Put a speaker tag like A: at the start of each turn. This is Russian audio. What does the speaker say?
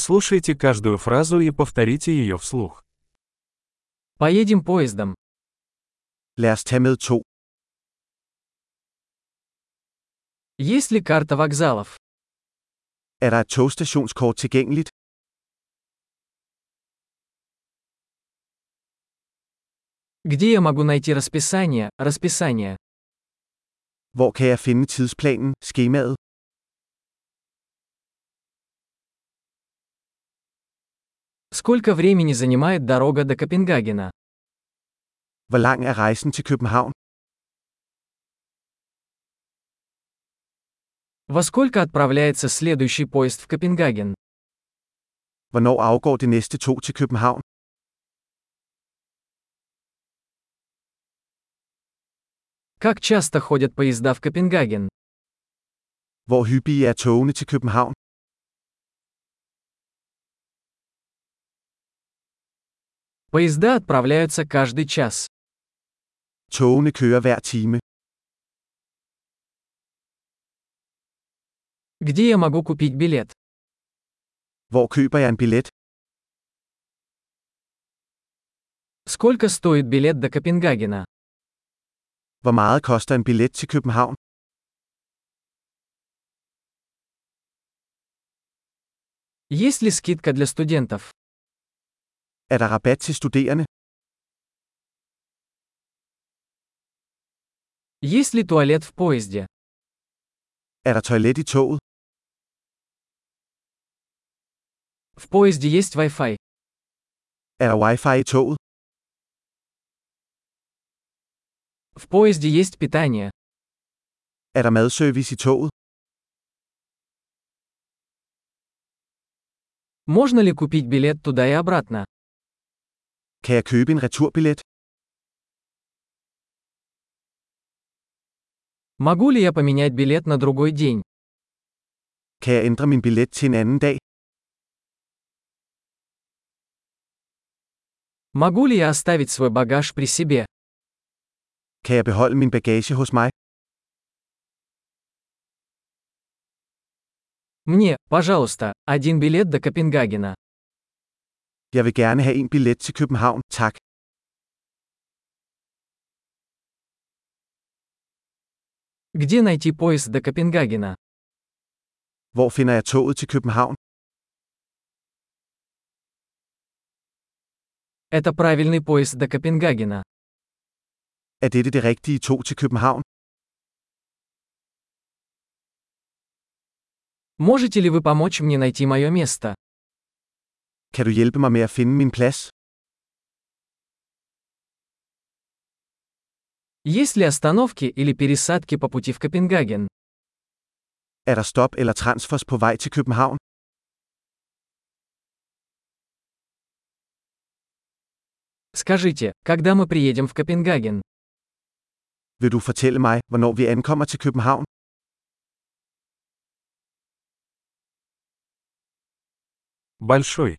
A: Прослушайте каждую фразу и повторите ее вслух.
B: Поедем поездом.
C: Lad os tage med to.
B: Есть ли карта вокзалов?
C: Er der et togstationskort tilgængeligt?
B: Где я могу найти расписание, расписание?
C: Hvor kan jeg finde tidsplanen, skemaet?
B: Сколько времени занимает дорога до Копенгагена?
C: Hvor lang er rejsen til København?
B: Во сколько отправляется следующий поезд в Копенгаген?
C: Hvornår afgår det næste tog til København?
B: Как часто ходят поезда в Копенгаген?
C: Hvor hyppige er togene til København?
B: Поезда отправляются каждый час.
C: Togene kører hver time.
B: Где я могу купить билет?
C: Hvor køber jeg en billet?
B: Сколько стоит билет до Копенгагена?
C: Hvor meget koster en billet til København?
B: Есть ли скидка для студентов?
C: Er der rabat til studerende?
B: Есть ли туалет в поезде?
C: Er der toilet i toget?
B: В поезде есть Wi-Fi.
C: Er der wifi i toget?
B: В поезде есть питание.
C: Er der madservice i toget?
B: Можно ли купить билет туда и обратно?
C: Kan jeg købe en returbillet?
B: Могу ли я поменять билет на другой день?
C: Kan jeg ændre min billet til en anden dag?
B: Могу ли я оставить свой багаж при себе?
C: Kan jeg beholde min bagage hos mig?
B: Мне, пожалуйста, один билет до Копенгагена.
C: Jeg vil gerne have en billet til København, tak.
B: Где найти поезд до Копенгагена?
C: Hvor finder jeg toget til København?
B: Это правильный поезд до Копенгагена.
C: Er dette det rigtige tog til København?
B: Можете ли вы помочь мне найти мое место?
C: Kan du hjælpe mig med at finde min plads?
B: Есть ли остановки или пересадки по пути в Копенгаген?
C: Er der stop eller transfers på vej til København?
B: Скажите, когда мы приедем в Копенгаген?
C: Vil du fortælle mig, hvornår vi ankommer til København?
A: Большой.